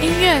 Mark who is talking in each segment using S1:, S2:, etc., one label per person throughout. S1: 音乐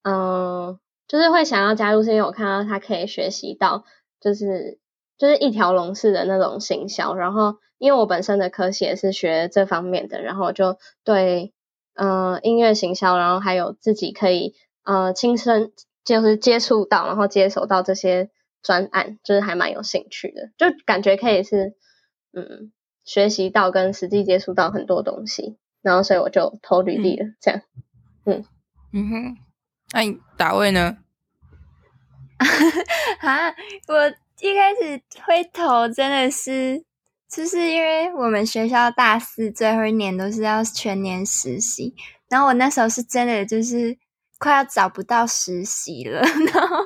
S2: 嗯、呃。就是会想要加入，是因为我看到他可以学习到，就是就是一条龙式的那种行销。然后，因为我本身的科系也是学这方面的，然后我就对呃音乐行销，然后还有自己可以呃亲身就是接触到，然后接手到这些专案，就是还蛮有兴趣的，就感觉可以是嗯学习到跟实际接触到很多东西。然后，所以我就投履历了，嗯、这样，嗯
S1: 嗯哼。那、啊、你打位呢？
S3: 啊，我一开始会投真的是，就是因为我们学校大四最后一年都是要全年实习，然后我那时候是真的就是快要找不到实习了， 然后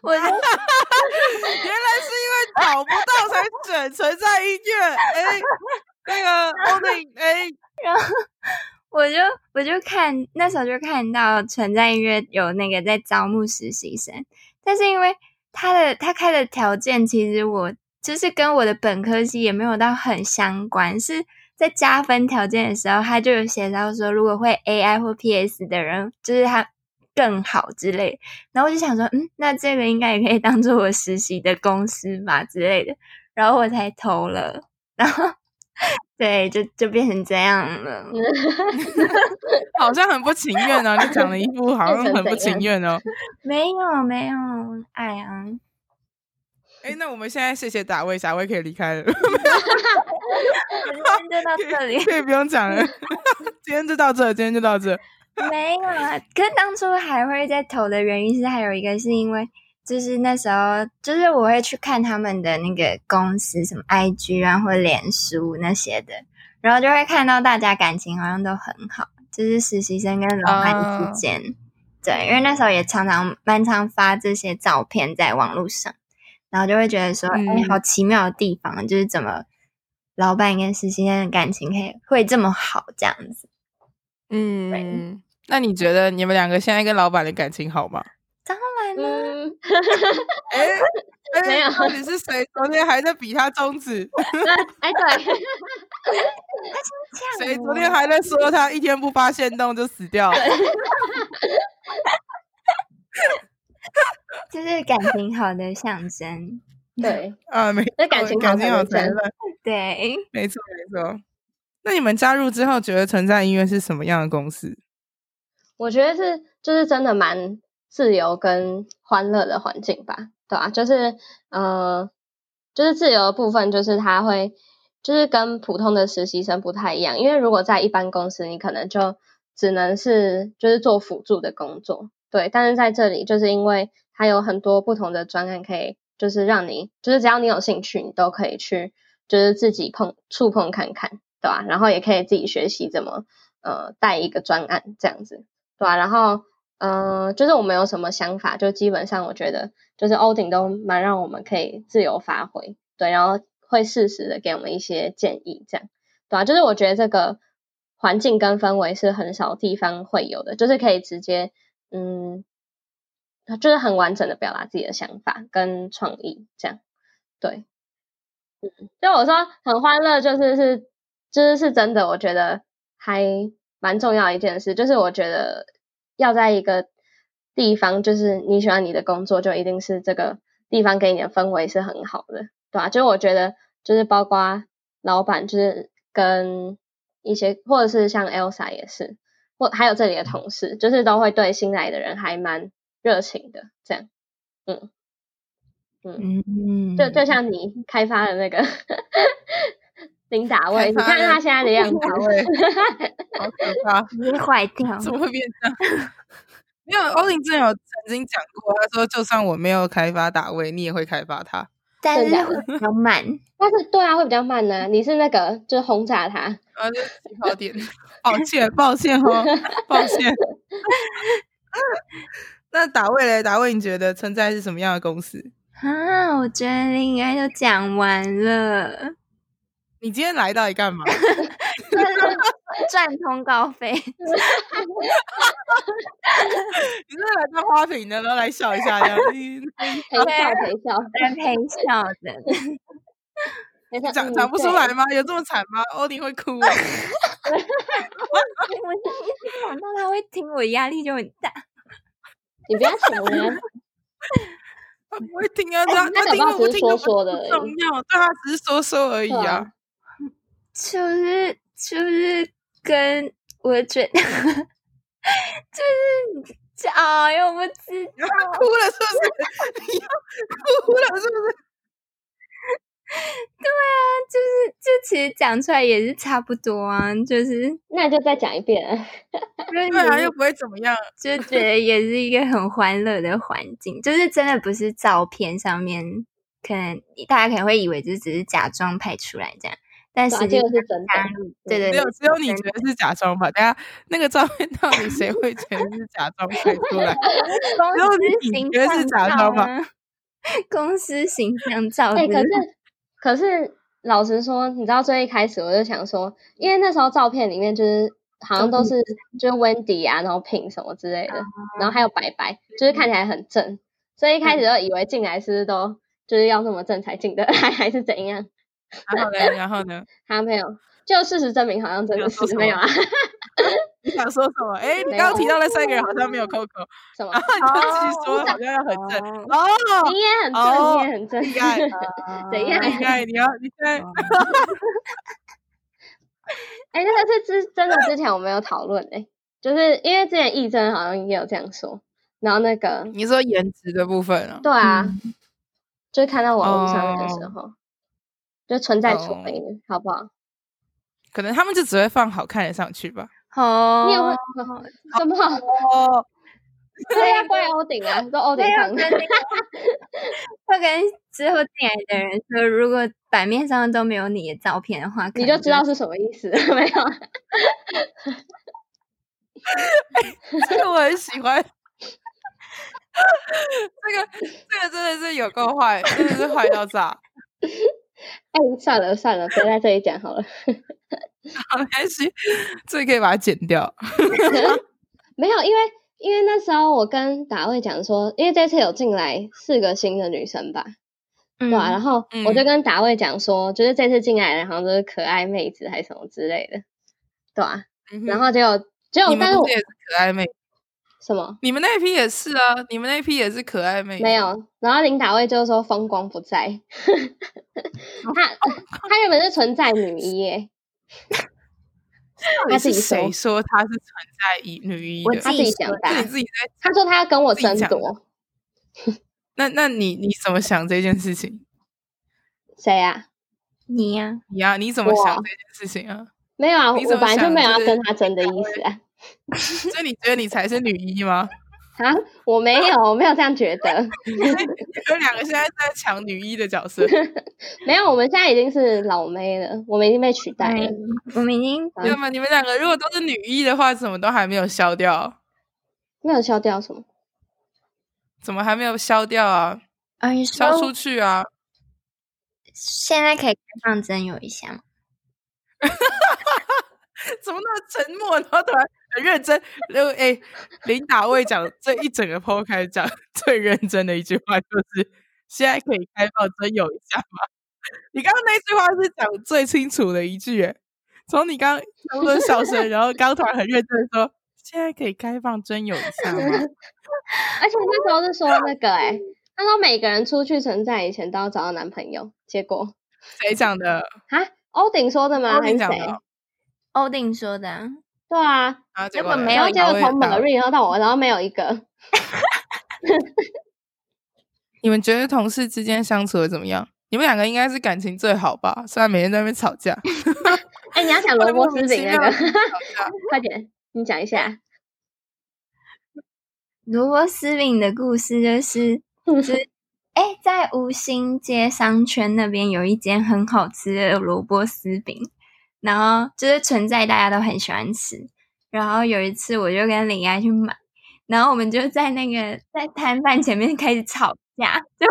S3: 我原来
S1: 是因为找不到才选存在音乐，哎，那个欧弟，哎，
S3: 然后。我就我就看那时候就看到存在音乐有那个在招募实习生，但是因为他的他开的条件其实我就是跟我的本科系也没有到很相关，是在加分条件的时候他就有写到说如果会 AI 或 PS 的人就是他更好之类，然后我就想说嗯那这个应该也可以当做我实习的公司吧之类的，然后我才投了，然后。 对，就就变成这样了，
S1: 好像很不情愿哦。你讲了一副好像很不情愿哦。
S3: 没有没有，哎呀，
S1: 哎，那我们现在谢谢打卫，打卫可以离开了。
S3: 今天就到这里，
S1: 可以不用讲了。 今天就到这，今天就到这。
S3: 没有啊，可是当初还会再投的原因是，还有一个是因为。就是那时候，就是我会去看他们的那个公司，什么 IG 啊或脸书那些的，然后就会看到大家感情好像都很好，就是实习生跟老
S1: 哦
S3: 板之间，oh. 对，因为那时候也常常蛮常发这些照片在网络上，然后就会觉得说，哎、嗯欸，好奇妙的地方，就是怎么老板跟实习生的感情可以会这么好这样子。
S1: 嗯，那你觉得你们两个现在跟老板的感情好吗？
S3: 当然
S2: 嗯，
S1: 哎、哎
S2: 没有
S1: 到底是谁昨天还在比他中 指？
S2: 那哎对，
S1: 谁昨天还在说他一天不发现动就死掉了？
S3: 就是感情好的象征。
S2: 对，
S1: 啊，没错，
S2: 那感情好
S1: 感情好
S2: 才
S1: 才
S2: 能真
S1: 算，
S3: 对，
S1: 没错没错。那你们加入之后，觉得存在音乐是什么样的公司？
S2: 我觉得是就是真的蛮自由跟欢乐的环境吧，对啊，就是呃，就是自由的部分，就是他会就是跟普通的实习生不太一样，因为如果在一般公司，你可能就只能是就是做辅助的工作，对，但是在这里就是因为它有很多不同的专案可以，就是让你就是只要你有兴趣，你都可以去就是自己碰触碰看看，对吧、然后也可以自己学习怎么。呃带一个专案这样子，对吧、然后呃，就是我们有什么想法，就基本上我觉得就是欧顶都蛮让我们可以自由发挥，对，然后会适时的给我们一些建议，这样，对吧、就是我觉得这个环境跟氛围是很少地方会有的，就是可以直接嗯，就是很完整的表达自己的想法跟创意，这样，对。就我说很欢乐，就是是就是是真的，我觉得还蛮重要的一件事，就是我觉得要在一个地方，就是你喜欢你的工作，就一定是这个地方给你的氛围是很好的，对吧、啊就我觉得就是包括老板，就是跟一些或者是像 Elsa 也是，或还有这里的同事，就是都会对新来的人还蛮热情的，这样，嗯嗯。
S3: 嗯，
S2: 就就像你开发的那个 领打位，你
S1: 开发
S2: 看
S1: 的
S2: 他现在 的样子，啊
S1: 好会，好可怕！
S3: 直接坏掉。
S1: 怎么会变这样？ 没有，欧林之前有曾经讲过，他说就算我没有开发打位，你也会开发它。
S3: 但
S2: 真
S3: 是
S2: 的
S3: 会比较慢，
S2: 但是对啊，会比较慢呢、你是那个就是轰炸他，
S1: 啊，这是起跑点， 抱歉，抱歉哦，抱歉。 那打位嘞？打位，你觉得存在是什么样的公司？
S3: 啊，我觉得你应该都讲完了，
S1: 你今天来到底干嘛？
S3: 赚通告费。
S1: 你是来当花瓶的，然后来笑一下这样。嗯
S2: 陪笑陪笑，
S3: 在陪笑的，
S2: 陪笑
S1: 讲
S2: 嗯
S1: 讲不出
S2: 对
S1: 来吗？有这么惨吗？欧林会哭 啊！
S3: 我一想到他会听，我压力就很大。
S2: 你不要想 了，
S1: 他不会听啊，他
S2: 哎 那
S1: 他听
S2: 搞不
S1: 我
S2: 好
S1: 不
S2: 只是
S1: 听都
S2: 说
S1: 不
S2: 说的而已
S1: 重要，对他只是说说而已
S2: 对
S1: 啊
S2: 啊。
S3: 就是就是跟我觉得就是哎呦，我知道
S2: 啊
S1: 哭了是 不是？你要哭了是不是？
S3: 就是就其实讲出来也是差不多啊，就是
S2: 那就再讲一遍啊，
S3: 就
S1: 对
S3: 是
S2: 嗯
S1: 啊，
S3: 也
S1: 又不会怎么样。
S3: 就觉得也是一个很欢乐的环境，就是真的不是照片上面可能大家可能会以为就只是假装拍出来这样，但
S2: 对啊
S3: 实
S2: 这
S3: 际
S2: 个是真
S3: 加
S2: 的，
S3: 入对对
S1: 没
S3: 对
S1: 有，，只有你觉得是假装吧？大家那个照片到底谁会觉得是假装拍出来？
S3: 公
S1: 有
S3: 司
S1: 你
S3: 形
S1: 觉得是
S3: 象
S1: 假
S3: 照
S1: 装吧
S3: 啊？公司形象
S1: 哦
S3: 照，
S2: 哎、
S3: 就
S2: 可是可是老实说，你知道最一开始我就想说，因为那时候照片里面就是好像都是就是 Wendy 啊，然后品什么之类的，
S1: 啊
S2: 然后还有白白，就是看起来很正，所以一开始就
S1: 嗯
S2: 以为进来是不是都就是要那么正才进的，还还是怎样？
S1: 然后呢？然后呢？
S2: 他没有，就事实证明好像真的
S1: 你想说什
S2: 是
S1: 么
S2: 没有啊，
S1: 你想说什么？哎，你
S2: 没
S1: 刚刚
S2: 有
S1: 提到那三个人好像没有 Coco，
S2: 什么
S1: 然？后你就自己说好像要很正
S3: 哦
S1: 哦，
S2: 你也很
S1: 哦
S2: 正，你也很正，
S1: 厉害
S2: 怎样？
S1: 应该你要你现
S2: 哦
S1: 在
S2: 哎，那个是之真的，之前我没有讨论哎，就是因为之前义珍好像也有这样说，然后那个
S1: 你说颜值的部分啊，
S2: 对啊，就是看到网络上面的时
S1: 哦
S2: 候，就存在除
S1: 懂
S2: 非的好不好？
S1: 可能他们就只会放好看的上去吧。
S2: 你也
S3: 哦
S2: 会， 什么？
S1: 哦，
S2: 这要怪欧顶啊，都欧顶
S3: 会
S2: 上
S3: 有跟那个会跟之后进来的人说，如果版面上都没有你的照片的话，可
S2: 你
S3: 能
S2: 就知道是什么意思， 没有啊？
S1: 这个我很喜欢。这个这个真的是有够坏，真的是坏到炸。
S2: 哎，算了算了，别在这里讲好了。
S1: 好，没关系，这个可以把它剪掉。
S2: 没有，因为因为那时候我跟达卫讲说，因为这次有进来四个新的女生吧，
S3: 嗯
S2: 对啊，然后我就
S1: 嗯
S2: 跟达卫讲说，就是这次进来的人好像都是可爱妹子还是什么之类的，对啊，
S1: 嗯哼
S2: 然后结果结
S1: 你
S2: 果，但
S1: 们
S2: 是
S1: 不
S2: 我
S1: 是也是可爱妹？
S2: 什么
S1: 你们那一批也是啊，你们那一批也是可爱妹。
S2: 没，有，然后林达卫就说风光不在，
S1: 哦
S2: 他他原本是存在女一耶，他自
S1: 是
S2: 己说
S1: 谁说她是存在一女一
S3: 我
S1: 的？
S2: 他自己想的
S1: 是
S2: 啊
S1: 你，自己在。
S2: 他说他要跟我
S1: 自己
S2: 争
S1: 讲的
S2: 夺，
S1: 那那你你怎么想这件事情？
S2: 谁啊？
S3: 你呀、
S1: 你呀、你怎么
S2: 哇
S1: 想这件事情啊？
S2: 没有啊，我
S1: 你怎
S2: 我
S1: 么
S2: 本来就
S1: 想
S2: 没有要
S1: 就是
S2: 跟他争的意思 啊，
S1: 所以你觉得你才是女一吗？
S2: 啊，我没有，我没有这样觉得，
S1: 你们两个现在是在抢女一的角色，
S2: 没有，我们现在已经是老妹了，我们已经被取代
S1: 哎
S2: 了。
S3: 哎我们已经
S2: 啊
S1: 那么你们两个如果都是女一的话，怎么都还没有消掉？
S2: 没有消掉什么？
S1: 怎么还没有消掉啊？
S3: 啊，你
S1: 消出
S3: 说
S1: 去啊？
S3: 现在可以开放真有一下吗？
S1: 怎么那么沉默？然后突然很认真，然后哎，林达卫讲这一整个 podcast 讲最认真的一句话就是：现在可以开放真有一下吗？ 你刚刚那句话是讲最清楚的一句，哎从你刚刚都是笑声，然后刚突然很认真地说：现在可以开放真有一下吗？
S2: 而且那时候是说那个哎、他说每个人出去存在以前都要找到男朋友，结果
S1: 谁讲的？
S2: 啊，欧顶说的吗？
S1: 欧
S2: 还是
S1: 顶讲
S2: 谁
S1: 的？哦
S3: 欧定说的、啊，
S2: 对啊，
S1: 然后结
S3: 根
S1: 果
S3: 本
S1: 嘞
S3: 没
S2: 然后
S3: 有
S2: 结果
S1: 达卫
S2: 从
S1: 达
S2: Marie 然后到我，然后没有一个，
S1: 你们觉得同事之间相处的怎么样？你们两个应该是感情最好吧？虽然每天在那边吵架，
S2: 哎、你要 讲萝卜丝饼那
S1: 莫
S2: 个
S1: 名其，妙吵架
S2: 快点，你讲一下。
S3: 萝卜丝饼的故事就是，就是哎、在吴兴街商圈那边有一间很好吃的萝卜丝饼，然后就是存在大家都很喜欢吃。然后有一次我就跟李爱去买，然后我们就在那个在摊贩前面开始吵架，就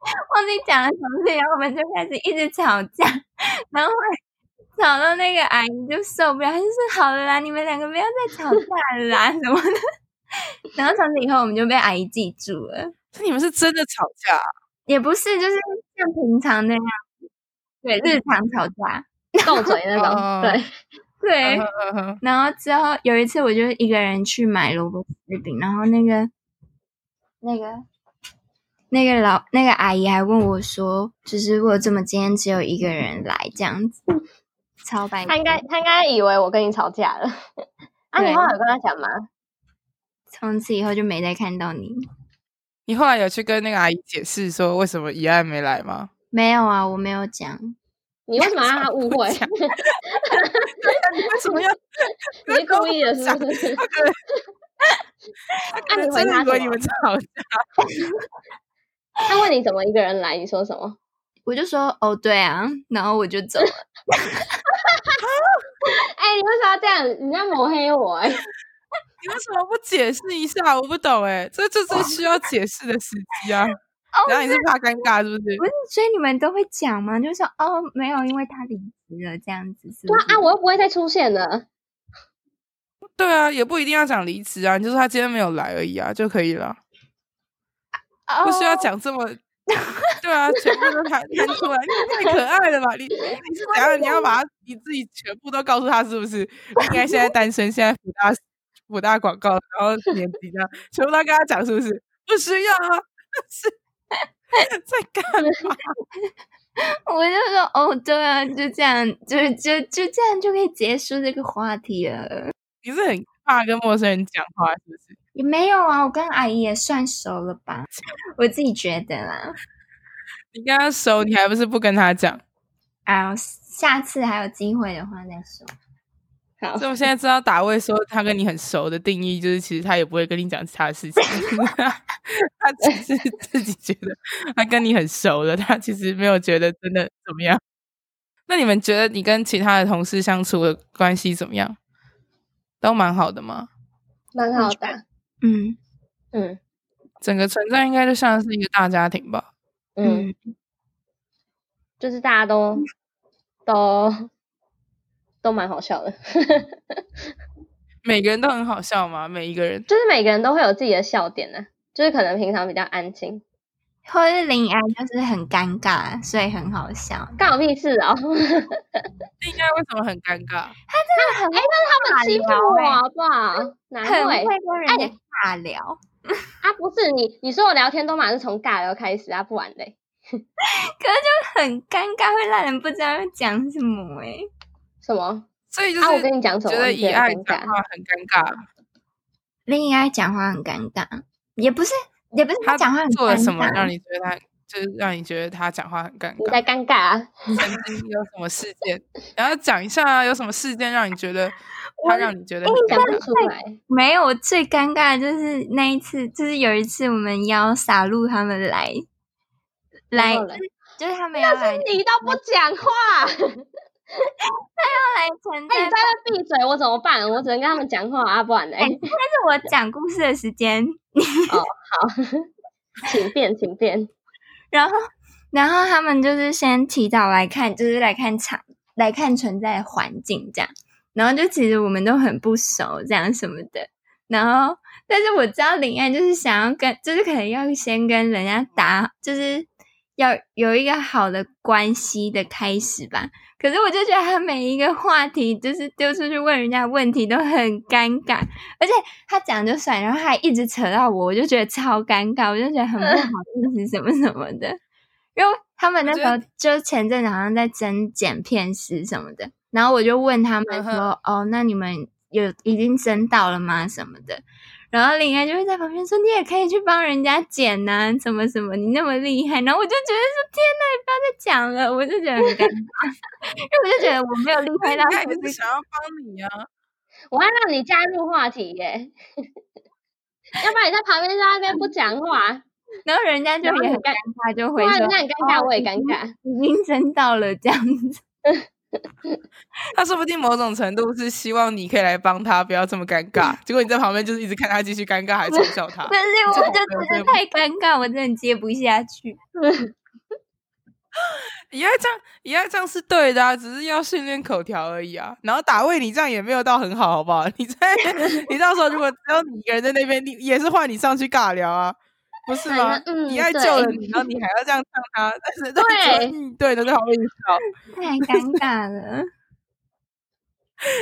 S3: 忘记讲了什么事，然后我们就开始一直吵架， 然后后来吵到那个阿姨就受不了，她就说好了啦，你们两个不要再吵架了啦什么的。然后从此以后我们就被阿姨记住了，
S1: 所以你们是真的吵架啊、
S3: 也不是就是像平常那样子，对，日常吵架，
S2: 斗 嘴那
S1: 哦
S2: 种，对，
S3: 对。
S1: 嗯哼嗯哼
S3: 然后之后有一次，我就一个人去买萝卜丝饼，然后那个那个那个老那个阿姨还问我说，就是我怎么今天只有一个人来这样子，超白痴。
S2: 他应该他应该以为我跟你吵架了。 啊，你
S3: 对
S2: 后来有跟他讲吗？
S3: 从此以后就没再看到你。
S1: 你后来有去跟那个阿姨解释说为什么怡安没来吗？
S3: 没有啊，我没有讲，
S2: 你为什么让他误 会？
S1: 讲你为什么 要？
S2: 你是故意的，是不是？
S1: 他
S2: 啊
S1: 可能
S2: 你回
S1: 真的
S2: 答
S1: 以为你
S2: 什么
S1: 们吵架。
S2: 他问你怎么一个人来，你说什么？
S3: 我就说哦对啊，然后我就走了。
S2: 哎、你为什么要这样？你在抹黑我、哎，
S1: 你为什么不解释一下？我不懂哎、这这这需要解释的时机 啊！
S2: 哦
S1: 然后你是怕尴尬是不是
S3: 不？是，所以你们都会讲吗？就说哦没有，因为他离职了这样子，是不
S2: 对啊
S3: 是？
S2: 啊，我又不会再出现了。
S1: 对啊，也不一定要讲离职啊，你就说他今天没有来而已啊，就可以了，
S3: 啊
S1: 不需要讲这么。对啊，全部都摊摊出来，你太可爱了吧！你你是怎样？你要把他你自己全部都告诉他是不是？你应该现在单身，现在福大福大广告，然后年纪这样，全部都跟他讲是不是？不需要啊，是在干嘛？
S3: 我就说哦，对啊，就这样，就就就这样就可以结束这个话题了。
S1: 你是很怕跟陌生人讲话是不是？
S3: 也没有啊，我跟阿姨也算熟了吧， 我自己觉得啦。
S1: 你跟他熟，你还不是不跟他讲？
S3: 啊，下次还有机会的话再说。
S2: 好，
S1: 所以我现在知道打卫说他跟你很熟的定义，就是其实他也不会跟你讲其他事 情， 他只是自己觉得他跟你很熟了，他其实没有觉得真的怎么样。那你们觉得你跟其他的同事相处的关系怎么样？都蛮好的吗？
S2: 蛮好的。
S3: 嗯
S2: 嗯
S1: 整个存在应该就像是一个大家庭吧。
S2: 嗯，，就是大家都都都蛮好笑的。
S1: 每个人都很好笑吗？每一个人
S2: 就是每个人都会有自己的笑点呢、就是可能平常比较安静，
S3: 或者是林安就是很尴尬，所以很好笑。
S2: 干我屁事哦！
S1: 应该为什么很尴尬？
S2: 他们欺负我好不好？难
S3: 很
S2: 怪哎
S3: 会跟人家尬聊。
S2: 啊！不是你，你说我聊天都嘛是从尬聊开始啊，不然嘞。
S3: 很尴尬，会让人不知道要讲什么哎、欸。
S2: 什么？
S1: 所以就
S2: 啊，我跟
S1: 是
S2: 你讲什么？
S1: 觉得
S2: 你
S1: 以爱
S2: 很
S1: 讲
S2: 尴尬。
S1: 话很尴尬，
S3: 另一个讲话很尴尬，也不是，也不是
S1: 他
S3: 讲话很
S1: 做了
S3: 尴
S1: 什么
S3: 尬
S1: 让你觉得他就是让你觉得他讲话很尴
S2: 你
S1: 尬？
S2: 在尴尬、啊？
S1: 曾经有什么事件？然后讲一下啊，有什么事件让你觉得他让你觉得很尴
S2: 讲不
S1: 尬？
S2: 出来。
S3: 没有，我最尴尬的就是那一次，就是有一次我们邀傻鹿他们来，来
S2: 然后嘞
S3: 就是他们要
S2: 要
S3: 来
S2: 是你都不讲话，
S3: 来存
S2: 那、哎你
S3: 在
S2: 在，那闭嘴，我怎么办？我只能跟他们讲话啊，不然嘞。
S3: 是我讲故事的时间。
S2: 请便，请便。
S3: 然后，然后他们就是先提早来看，就是来看场，来看存在的环境这样。然后就其实我们都很不熟，这样什么的。然后，但是我知道林安就是想要跟，就是可能要先跟人家打，就是要有一个好的关系的开始吧。可是我就觉得他每一个话题，就是丢出去问人家的问题都很尴尬，而且他讲就算，然后他还一直扯到我，我就觉得超尴尬，我就觉得很不好意思什么什么的。因为他们那时候就前阵子好像在争剪片师什么的，然后我就问他们
S1: 嗯哼
S3: 说：“哦，那你们有已经争到了吗？什么的？”然后林安就会在旁边说：“你也可以去帮人家剪呐、什么什么，你那么厉害。”然后我就觉得说：“天呐，你不要再讲了！”我就觉得很尴尬， 因为我就觉得我没有厉 害到
S1: 他
S3: 什么
S1: 也是想要帮你啊，
S2: 我要让你加入话题耶， 要不然你在旁边在那边不讲话，
S3: 然后人家就
S2: 然后
S3: 也
S2: 你
S3: 很
S2: 尴
S3: 尴尬，就
S2: 不
S3: 回
S2: 然
S3: 说
S2: 你很尴尬，
S3: 哦
S2: 我也
S3: 已
S2: 尴
S3: 经
S2: 尬。
S3: 已经争到了这样子。
S1: 他说不定某种程度是希望你可以来帮他，不要这么尴尬。结果你在旁边就是一直看他继续尴尬，还嘲笑 他。
S3: 但是我
S1: 这种
S3: 就真
S1: 朋友真
S3: 的
S1: 的
S3: 太尴尬，我真的接不下去。
S1: 以爱这样，以爱这样是对的啊，只是要训练口条而已啊。然后打位你这样也没有到很好，好不好？你在你到时候如果只有你一个人在那边，你也是换你上去尬聊啊，不是
S2: 反
S1: 吗
S2: 正？嗯
S1: 以爱救了啊你，然后你还要这样唱他，但是但是只有你对的在旁边笑，
S3: 太尴尬了，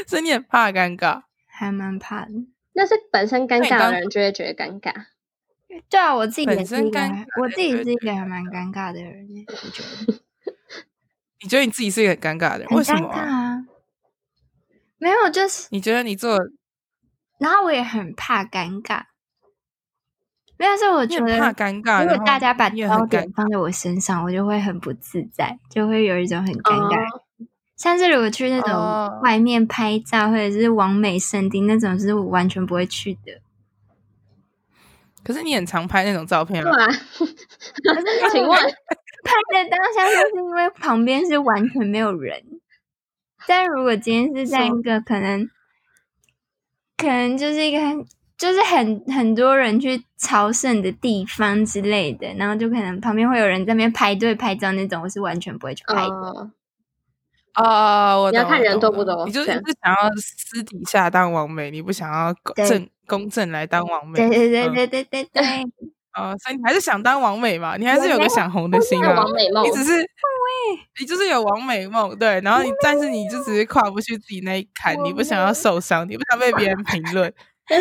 S1: 所以你很怕尴尬。
S3: 还蛮怕的。
S2: 那是本身尴
S1: 那你
S2: 尬
S1: 当
S2: 的人就会觉得尴尬。
S3: 对啊，我自己也
S1: 本
S3: 是
S1: 身
S3: 一个
S1: 尴
S3: 还
S1: 尬
S3: 我自己
S1: 对
S3: 是一个还蛮尴尬的人欸耶，我觉得
S1: 你觉得你自己是一个很尴尬的人，
S3: 很
S1: 为什
S3: 尴
S1: 么
S3: 尬
S1: 啊、
S3: 啊。没有，就是，
S1: 你觉得你做
S3: 然后我也很怕尴尬。没有，是我
S1: 你
S3: 觉
S1: 很
S3: 得
S1: 怕尴尬，
S3: 如
S1: 然
S3: 果
S1: 后
S3: 大家把
S1: 你也很
S3: 焦
S1: 尴
S3: 点放在我身上，我就会很不自在，就会有一种很尴尬。像是如果去那
S1: 哦
S3: 种外面拍照，或者是完美圣地那种，是我完全不会去的。
S1: 可是你很常拍那种照片
S2: 对
S1: 啊，
S2: 啊， 请问
S3: 拍的当下就是因为旁边是完全没有人，但如果今天是在一个可能，可能就是一个很就是很很多人去朝圣的地方之类的，然后就可能旁边会有人在那边排队拍照那种，我是完全不会去拍的。
S2: 哦，
S1: 啊，我
S2: 你要
S1: 懂
S2: 看
S1: 我
S2: 人
S1: 懂
S2: 多不
S1: 我懂
S2: 多
S1: 你就是
S2: 这
S1: 你
S2: 样
S1: 是想要私底下当王美，你不想要公
S3: 对
S1: 正公正来当王美。
S3: 对对对
S1: 嗯
S3: 对对对 对，
S1: 哦，所以你还是想当王美嘛？你还是有个想红的心
S2: 那
S1: 啊。
S2: 王美梦
S1: 你只是你就是有王美梦，对，然后
S2: 啊
S1: 你但是你就只是跨不去自己那一坎，
S3: 我
S1: 你不想要受伤，你不想被别人评 论，
S3: 对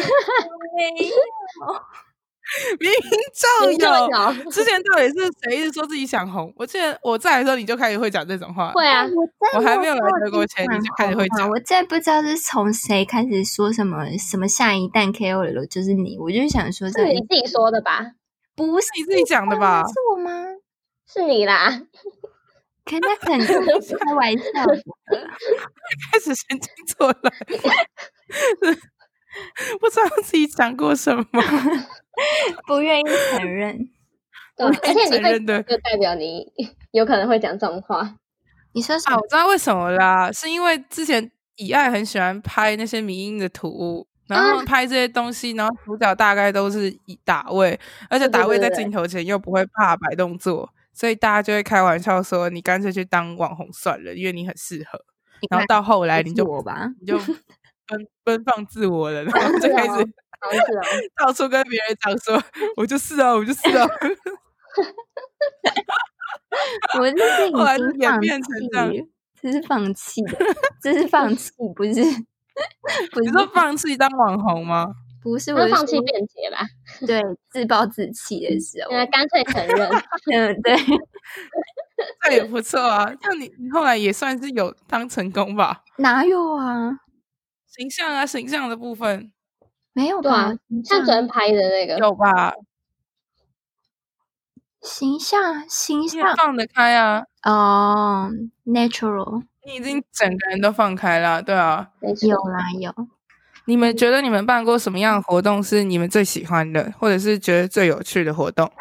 S1: 明明
S2: 你
S1: 就
S2: 就
S1: 有。
S2: 有
S1: 之前到底是谁一直说自己想红？我记得我在的时候你就开始会讲这种话，
S2: 会 啊，
S3: 哎我真的
S1: 我还没有
S3: 知
S1: 来
S3: 道
S1: 德
S3: 自
S1: 国
S3: 己
S1: 前你
S3: 很
S1: 就开始
S3: 红
S1: 会
S3: 啊
S1: 讲
S3: 我真的不知道是从谁开始说什么什么下一代 KOL 了就是你，我就想说这
S2: 是你自己说的吧？
S3: 不是
S1: 是你自己讲的吧
S3: 是？我吗？
S2: 是你啦，
S3: 可那肯定是开玩笑 的，
S1: 开始神经错 乱， 不知道自己讲过什么，
S3: 不愿意承认。
S2: 对，嗯而且
S1: 承
S2: 你会
S1: 认的。
S2: 就代表你 有可能会讲这种话。
S3: 你说什
S1: 啊，
S3: 么？
S1: 我知道为什么啦，是因为之前以爱很喜欢拍那些迷因的图，然后
S2: 啊
S1: 拍这些东西，然后主角大概都是以打位，而且
S2: 对对
S1: 打位在
S2: 对对
S1: 镜头前又不会怕摆动作，所以大家就会开玩笑说你干脆去当网红算了，因为你很适合。
S3: 你
S1: 然后
S3: 看
S1: 到后来
S3: 不
S1: 你
S3: 是
S1: 就
S3: 我吧？
S1: 你就奔奔放自我 了，然后就
S2: 啊
S1: 开始
S2: 好像是哦，
S1: 到处跟别人讲说，我就是啊，我就是啊，
S4: 我就是已
S1: 后来就
S4: 经
S1: 演
S4: 放
S1: 变成这样
S4: 弃了，这是放弃的，这 是放弃，不是不
S1: 你
S4: 是
S1: 说放弃当网红吗？
S4: 不是我
S2: 那
S4: 是
S2: 放弃
S4: 说
S2: 辩解吧，
S4: 对自暴自弃的 时候
S1: 啊
S2: 现，在干脆承认，
S4: 嗯，对，
S1: 那也不错啊，这样你你后来也算是有当成功吧？
S4: 哪有啊？
S1: 形象啊，形象的部分
S4: 没有
S2: 对啊
S4: 吧？形
S2: 像
S4: 象
S2: 昨天拍的那个，
S1: 有吧？
S4: 形象形
S1: 你也
S4: 象
S1: 放得开啊，
S4: 哦，natural
S1: 你已经整个人都放开了，对啊。
S2: 没错
S4: 有啦有，
S1: 你们觉得你们办过什么样的活动是你们最喜欢的，或者是觉得最有趣的活动？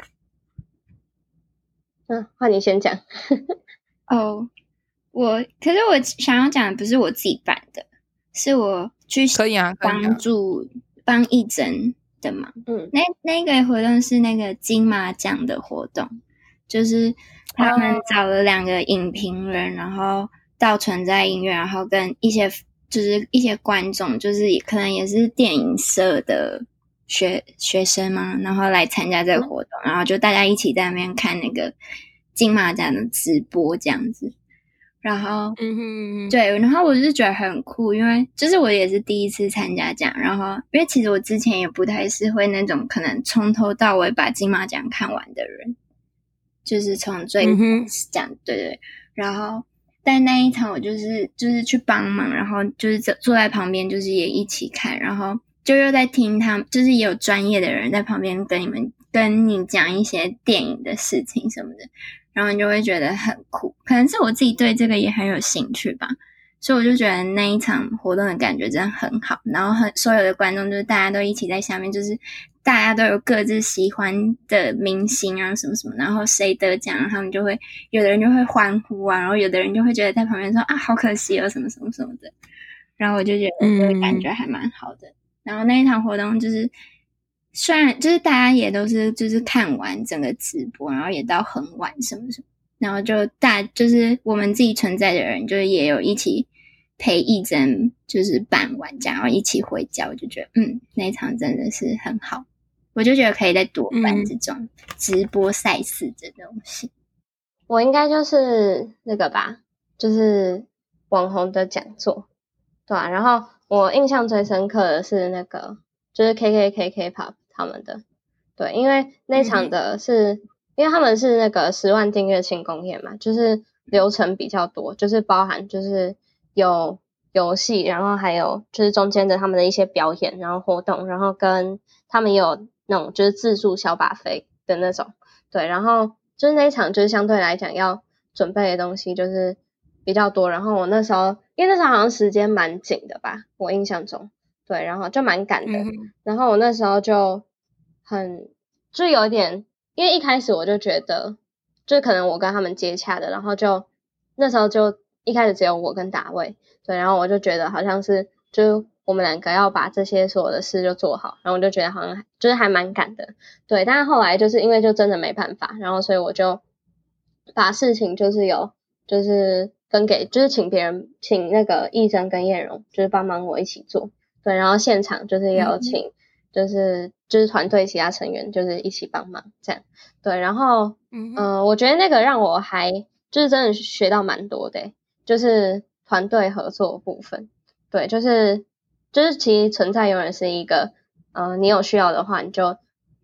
S2: 嗯，换你先讲，
S3: 哦，我可是我想要讲的不是我自己办的，是我去
S1: 可以啊，可以啊
S3: 帮。助帮义诊的忙。
S2: 嗯，
S3: 那那个活动是那个金马奖的活动，就是他们找了两个影评人，然后到存在音乐，然后跟一些就是一些观众，就是也可能也是电影社的学学生嘛，然后来参加这个活动，然后就大家一起在那边看那个金马奖的直播这样子，然后
S1: 嗯哼嗯哼，
S3: 对，然后我是觉得很酷，因为就是我也是第一次参加这样，然后因为其实我之前也不太是会那种可能从头到尾把金马奖看完的人，就是从最
S1: 嗯哼
S3: 开始这样，对对。然后但那一场我就是就是去帮忙，然后就是坐坐在旁边，就是也一起看，然后就又在听他们，就是也有专业的人在旁边跟你们跟你讲一些电影的事情什么的，然后你就会觉得很酷。可能是我自己对这个也很有兴趣吧，所以我就觉得那一场活动的感觉真的很好。然后很所有的观众就是大家都一起在下面，就是大家都有各自喜欢的明星啊什么什么，然后谁得奖，然后他们就会有的人就会欢呼啊，然后有的人就会觉得在旁边说啊好可惜哦什么什么什么的。然后我就觉得这个感觉还蛮好的。然后那一场活动就是，虽然就是大家也都是就是看完整个直播，然后也到很晚什么什么，然后就大就是我们自己存在的人，就是也有一起陪义珍就是办完这样，然后一起回家，我就觉得嗯，那一场真的是很好，我就觉得可以再多办
S1: 嗯
S3: 这种直播赛事的东西。
S2: 我应该就是那个吧，就是网红的讲座，对啊，然后我印象最深刻的是那个，就是 K K K K Pop 他们的，对，因为那
S1: 嗯
S2: 场的是，因为他们是那个十万订阅庆功宴嘛，就是流程比较多，就是包含就是有游戏，然后还有就是中间的他们的一些表演，然后活动，然后跟他们也有那种就是自助小把费的那种。对，然后就是那一场，就是相对来讲要准备的东西就是比较多。然后我那时候，因为那时候好像时间蛮紧的吧，我印象中，对，然后就蛮赶的。
S1: 嗯哼
S2: 然后我那时候就很，就有点，因为一开始我就觉得，就可能我跟他们接洽的，然后就那时候就一开始只有我跟达卫，对，然后我就觉得好像是，就我们两个要把这些所有的事就做好，然后我就觉得好像就是还蛮赶的，对，但是后来就是因为就真的没办法，然后所以我就把事情就是有就是分给就是请别人请那个医生跟燕荣就是帮忙我一起做，对，然后现场就是也有
S1: 嗯
S2: 请就是就是团队其他成员就是一起帮忙这样，对，然后
S1: 嗯哼，
S2: 嗯、呃我觉得那个让我还就是真的学到蛮多的欸、就是团队合作的部分。对，就是就是其实存在永远是一个，呃，你有需要的话你就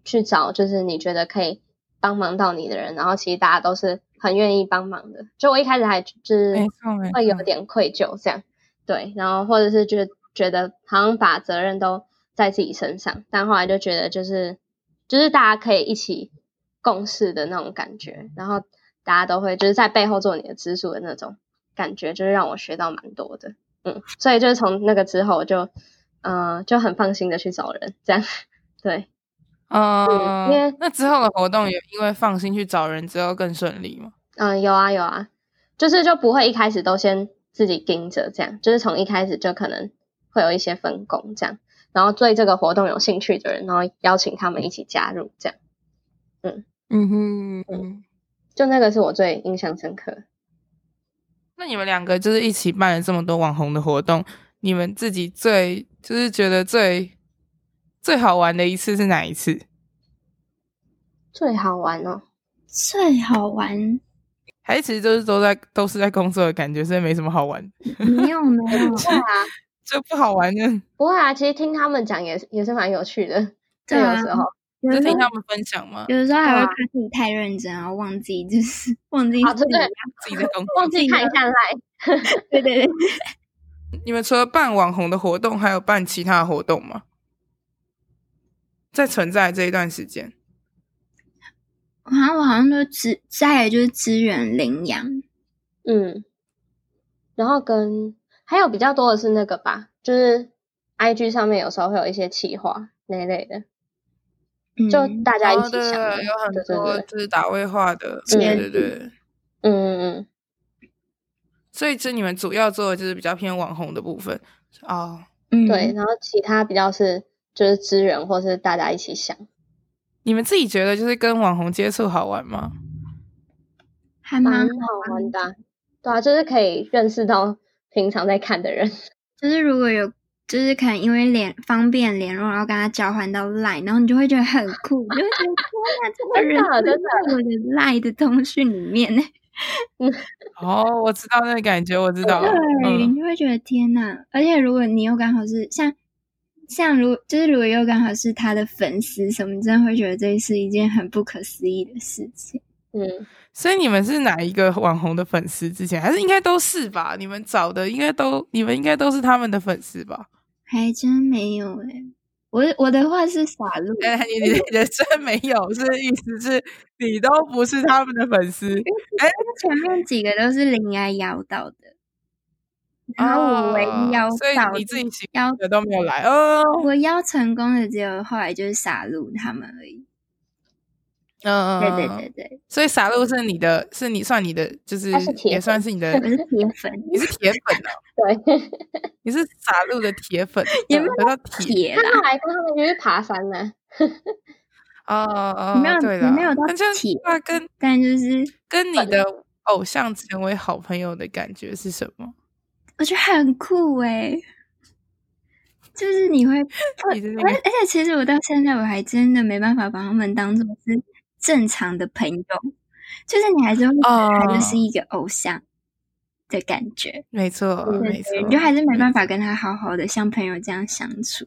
S2: 去找，就是你觉得可以帮忙到你的人，然后其实大家都是很愿意帮忙的。就我一开始还就是
S1: 没错没
S2: 会有
S1: 错
S2: 点愧疚这样，对，然后或者是觉觉得好像把责任都在自己身上，但后来就觉得就是就是大家可以一起共事的那种感觉，然后大家都会就是在背后做你的支柱的那种感觉，就是让我学到蛮多的，嗯，所以就是从那个之后我就呃就很放心的去找人这样， 对，
S1: 嗯，
S2: 因为
S1: 那之后的活动也因为放心去找人之后更顺利嘛。
S2: 嗯，有啊有啊，就是就不会一开始都先自己盯着这样，就是从一开始就可能会有一些分工这样，然后对这个活动有兴趣的人，然后邀请他们一起加入这样，
S1: 嗯哼，嗯
S2: 就那个是我最印象深刻。
S1: 那你们两个就是一起办了这么多网红的活动，你们自己最就是觉得最最好玩的一次是哪一次？
S2: 最好玩哦。
S3: 最好玩
S1: 还是其实就是都在都是在工作的感觉，所以没什么好玩，
S3: 没有没 有，
S2: 对啊，
S1: 就不好玩呢。
S2: 不会啊，其实听他们讲也是也是蛮有趣的，就
S3: 对
S2: 有
S3: 啊
S2: 时候
S3: 有
S1: 就
S3: 的时
S1: 听
S3: 候
S1: 他们分享嘛，
S3: 有的时候还
S2: 对
S3: 会
S2: 啊
S3: 怕自己太认真，然后忘记就是忘记
S2: 哦
S3: 自己
S2: 对
S1: 自己在工作。
S2: 忘记看一
S1: 啊
S2: 下来。
S3: 对对对，
S1: 你们除了办网红的活动，还有办其他的活动吗？在存在这一段时间，
S3: 好像我好像都支再来就是支援领养，
S2: 嗯，然后跟还有比较多的是那个吧，就是 I G 上面有时候会有一些企划那一类的，
S3: 嗯，
S2: 就大家一
S1: 哦
S2: 起
S1: 对，
S2: 想的，
S1: 有很
S2: 对对
S1: 多
S2: 对，
S1: 就是打位化的，
S3: 嗯
S1: 对对对。
S2: 嗯嗯
S1: 所以这你们主要做的就是比较偏网红的部分哦。
S3: 嗯
S2: 嗯，对，然后其他比较是就是资源或是大家一起想，
S3: 嗯
S1: 你们自己觉得就是跟网红接触好玩吗？
S3: 还
S2: 蛮
S3: 蛮
S2: 好玩的啊、对啊，就是可以认识到平常在看的人，
S3: 就是如果有就是可能因为联方便联络，然后跟他交换到 Line，然后你就会觉得很酷，你就会觉得天哪，这个人
S2: 真的
S3: 会
S2: 真的
S3: 在我的 Line 的通讯里面呢，
S1: 哦，我知道那个感觉，我知道。
S3: 对，
S1: 嗯
S3: 你，就会觉得天哪！而且如果你又刚好是像像如就是如果又刚好是他的粉丝什么，你真的会觉得这是一件很不可思议的事情。
S2: 嗯，
S1: 所以你们是哪一个网红的粉丝？之前还是应该都是吧？你们找的应该都，你们应该都是他们的粉丝吧？
S3: 还真没有诶、我我的话是傻路，
S1: 哎，你你你的真没有，是意思是你都不是他们的粉丝
S3: 哎前面几个都是林爱邀到的，然后我唯一邀
S1: 哦所
S3: 到
S1: 以
S3: 的
S1: 你自己喜
S3: 邀
S1: 欢的都没有来哦。
S3: 我邀成功的只有后来就是傻路他们而已。
S1: 嗯，
S3: 对对对。对，
S1: 所以傻露是你的，是你算你的，就是
S2: 他是铁
S1: 也
S2: 粉
S1: 算是你的，
S3: 我是铁粉，
S1: 你是铁粉啊，
S2: 对，
S1: 你是傻露的铁粉，
S3: 也没有
S1: 得到铁
S3: 铁
S2: 他
S3: 啦，
S2: 们来跟他们就去爬山啊呢、
S1: 哦哦，哦
S3: 没有
S1: 对的，
S3: 没有到
S1: 那这样
S3: 铁
S1: 那跟
S3: 但就是
S1: 跟你的偶像成为好朋友的感觉是什么？
S3: 我觉得很酷诶、就是你会，
S1: 嗯
S3: 而
S1: 你的那
S3: 而
S1: 个
S3: 且其实我到现在我还真的没办法把他们当做是正常的朋友，就是你还是会觉得他
S1: 哦
S3: 就是一个偶像的感觉。
S1: 没错，
S2: 对
S1: 没错，
S3: 对，你就还是没
S1: 嗯
S3: 办法跟他好好的像朋友这样相 处。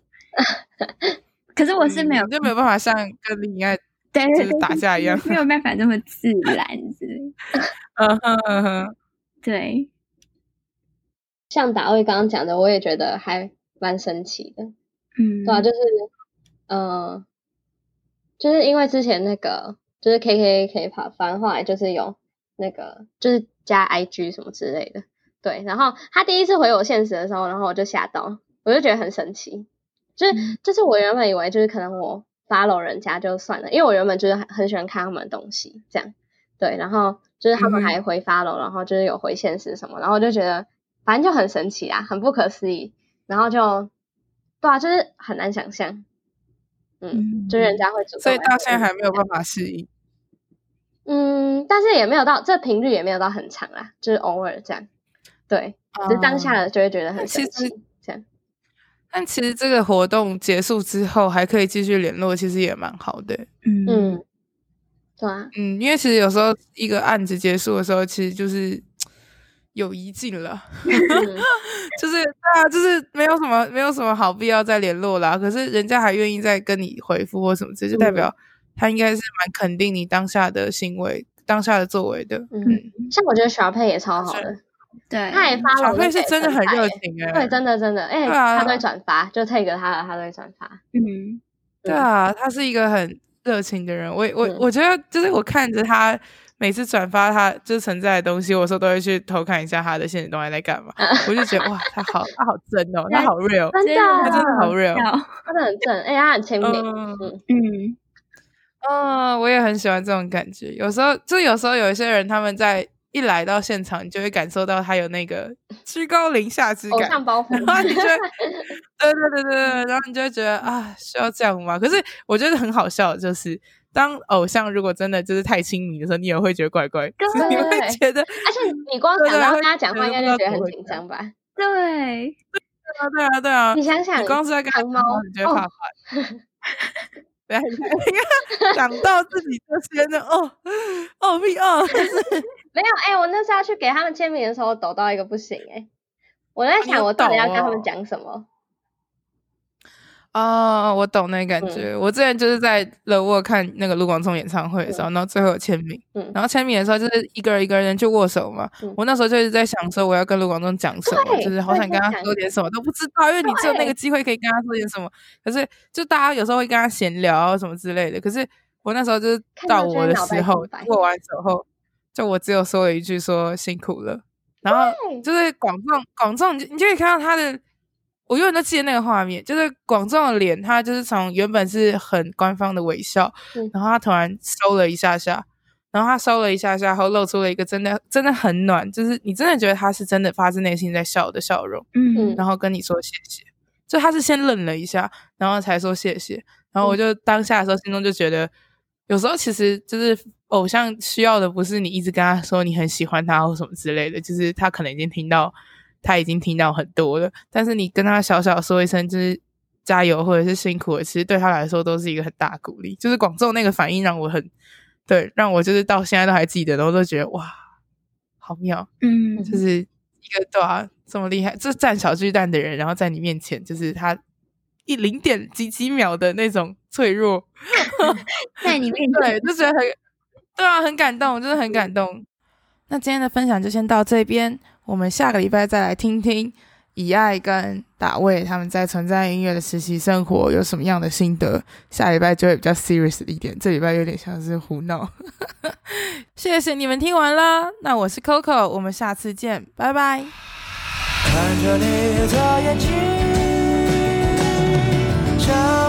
S3: 可是我是没有
S1: 嗯，就没有办法像跟恋爱，
S3: 对
S1: 就
S3: 对
S1: 是
S3: 对，
S1: 打架一样
S3: 没有办法这么自然之类。
S1: 嗯哼嗯哼，
S3: 对，
S2: 像达卫刚刚讲的，我也觉得还蛮神奇的。
S3: 嗯，
S2: 对啊，就是，呃，就是因为之前那个就是 K K K 跑，反正后来就是有那个就是加 I G 什么之类的，对。然后他第一次回我现实的时候，然后我就吓到，我就觉得很神奇，就是
S3: 嗯
S2: 就是我原本以为就是可能我 follow 人家就算了，因为我原本就是很很喜欢看他们的东西这样，对。然后就是他
S1: 嗯
S2: 们
S1: 哼
S2: 还回 follow，然后就是有回现实什么，然后我就觉得反正就很神奇啊，很不可思议。然后就，对啊，就是很难想象，嗯，
S3: 嗯
S2: 就是人家会主动来，
S1: 所以到现在还没有办法适 应。
S2: 嗯，但是也没有到这频率也没有到很长啦，就是偶尔这样，对，只是当下
S1: 哦
S2: 的就会觉得
S1: 那
S2: 很
S1: 其
S2: 神奇
S1: 实，
S2: 这样，
S1: 但其实这个活动结束之后还可以继续联络，其实也蛮好的。
S3: 嗯嗯
S2: 嗯，对啊，
S1: 嗯，因为其实有时候一个案子结束的时候，其实就是友谊尽了，
S2: 嗯
S1: 就是对啊，就是没有什么没有什么好必要再联络啦。可是人家还愿意再跟你回复或什么之类，这就代
S2: 嗯
S1: 表他应该是蛮肯定你当下的行为、当下的作为的。
S2: 嗯，像我觉得小佩也超好的，
S3: 对，
S2: 他也发
S1: 嗯小
S2: 了，
S1: 佩是真的很热
S2: 情，
S1: 情哎、
S2: 对，真的真的，哎，
S1: 对啊
S2: 他都会转发，就 take 他了，他都会转发，
S3: 嗯
S1: 对啊，他是一个很热情的人。我我、
S2: 嗯
S1: 我觉得就是我看着他每次转发他就是存在的东西，我有时候都会去偷看一下他的现实动态在干嘛。 我就觉得哇，他好他好真哦，他好 real，
S2: 真的，啊
S1: 他真的好 real。
S3: 要
S2: 他真的很正，哎，他很亲民，
S1: 嗯
S2: 嗯
S3: 嗯
S1: 嗯，我也很喜欢这种感觉。有时候就有时候有一些人他们在。一来到现场，你就会感受到他有那个 居高临下之
S2: 偶
S1: 感，
S2: 像包
S1: 然后你就会
S2: 袱，，
S1: 对对对对对，然后你就会觉得啊，需要这样吗？可是我觉得很好笑，的就是当偶像如果真的就是太亲民的时候，你也会觉得怪怪，就是你会
S2: 对
S1: 觉得
S2: 而且你光
S1: 对
S2: 想
S1: 对
S2: 到
S1: 会
S2: 跟他讲话，应
S1: 觉
S2: 该
S1: 得
S2: 就
S1: 不知道
S2: 觉得
S1: 怎么
S2: 很
S1: 回
S2: 紧
S1: 答
S2: 张吧？
S3: 对，
S1: 啊，对啊，对啊
S2: 你。想想，
S1: 你光是在跟他
S2: 长毛
S1: 讲话，你就会怕
S2: 哦
S1: 坏。 对，你看 你看 想到自己这些呢，哦哦屁哦，
S2: 没有，哎、我那时候要去给他们签名的时候，抖到一个不行、哎，我在
S1: 啊你
S2: 想
S1: 有
S2: 我到底
S1: 抖
S2: 要跟他
S1: 哦
S2: 们讲什么。
S1: 哦，我懂那感
S2: 嗯
S1: 觉。我之前就是在乐沃看那个卢广仲演唱会的时候，然后最后有签名，
S2: 嗯
S1: 然后签名的时候就是一个人一个人去握手嘛。
S2: 嗯
S1: 我那时候就一直在想说，我要跟卢广仲讲什么，
S2: 对
S1: 就是好想跟他说点什么，都不知道，因为你只有那个机会可以跟他说点什么。可是就大家有时候会跟他闲聊什么之类的，可是我那时候就是
S2: 看
S1: 到
S2: 到就
S1: 我
S2: 会
S1: 的
S2: 脑
S1: 时
S2: 袋
S1: 候
S2: 空白，
S1: 握完手后，就我只有说了一句说辛苦了。然后
S2: 对
S1: 就是广仲，广仲，你就你就可以看到他的，我永远都记得那个画面，就是广仲的脸，他就是从原本是很官方的微笑，
S2: 嗯
S1: 然后他突然收了一下下，然后他收了一下下后，露出了一个真的真的很暖，就是你真的觉得他是真的发自内心在笑的笑容，
S5: 嗯
S2: 嗯
S1: 然后跟你说谢谢，就他是先愣了一下，然后才说谢谢，然后我就当下的时候心中就觉得，有时候其实就是偶像需要的不是你一直跟他说你很喜欢他或什么之类的，就是他可能已经听到，他已经听到很多了，但是你跟他小小说一声就是加油或者是辛苦了，其实对他来说都是一个很大的鼓励。就是广州那个反应让我很对，让我就是到现在都还记得，然后都觉得哇，好妙。
S5: 嗯，
S1: 就是一个对啊，这么厉害，这站小巨蛋的人，然后在你面前，就是他一零点几几秒的那种脆弱，
S5: 在你面前
S1: 对， 就觉得很，对啊，很感动，真的很感动。那今天的分享就先到这边，我们下个礼拜再来听听以爱跟打卫他们在存在音乐的实习生活有什么样的心得。下礼拜就会比较 serious 一点，这礼拜有点像是胡闹。 谢谢你们听完啦，那我是 Coco，我们下次见，拜拜。
S6: 看着你的眼睛，想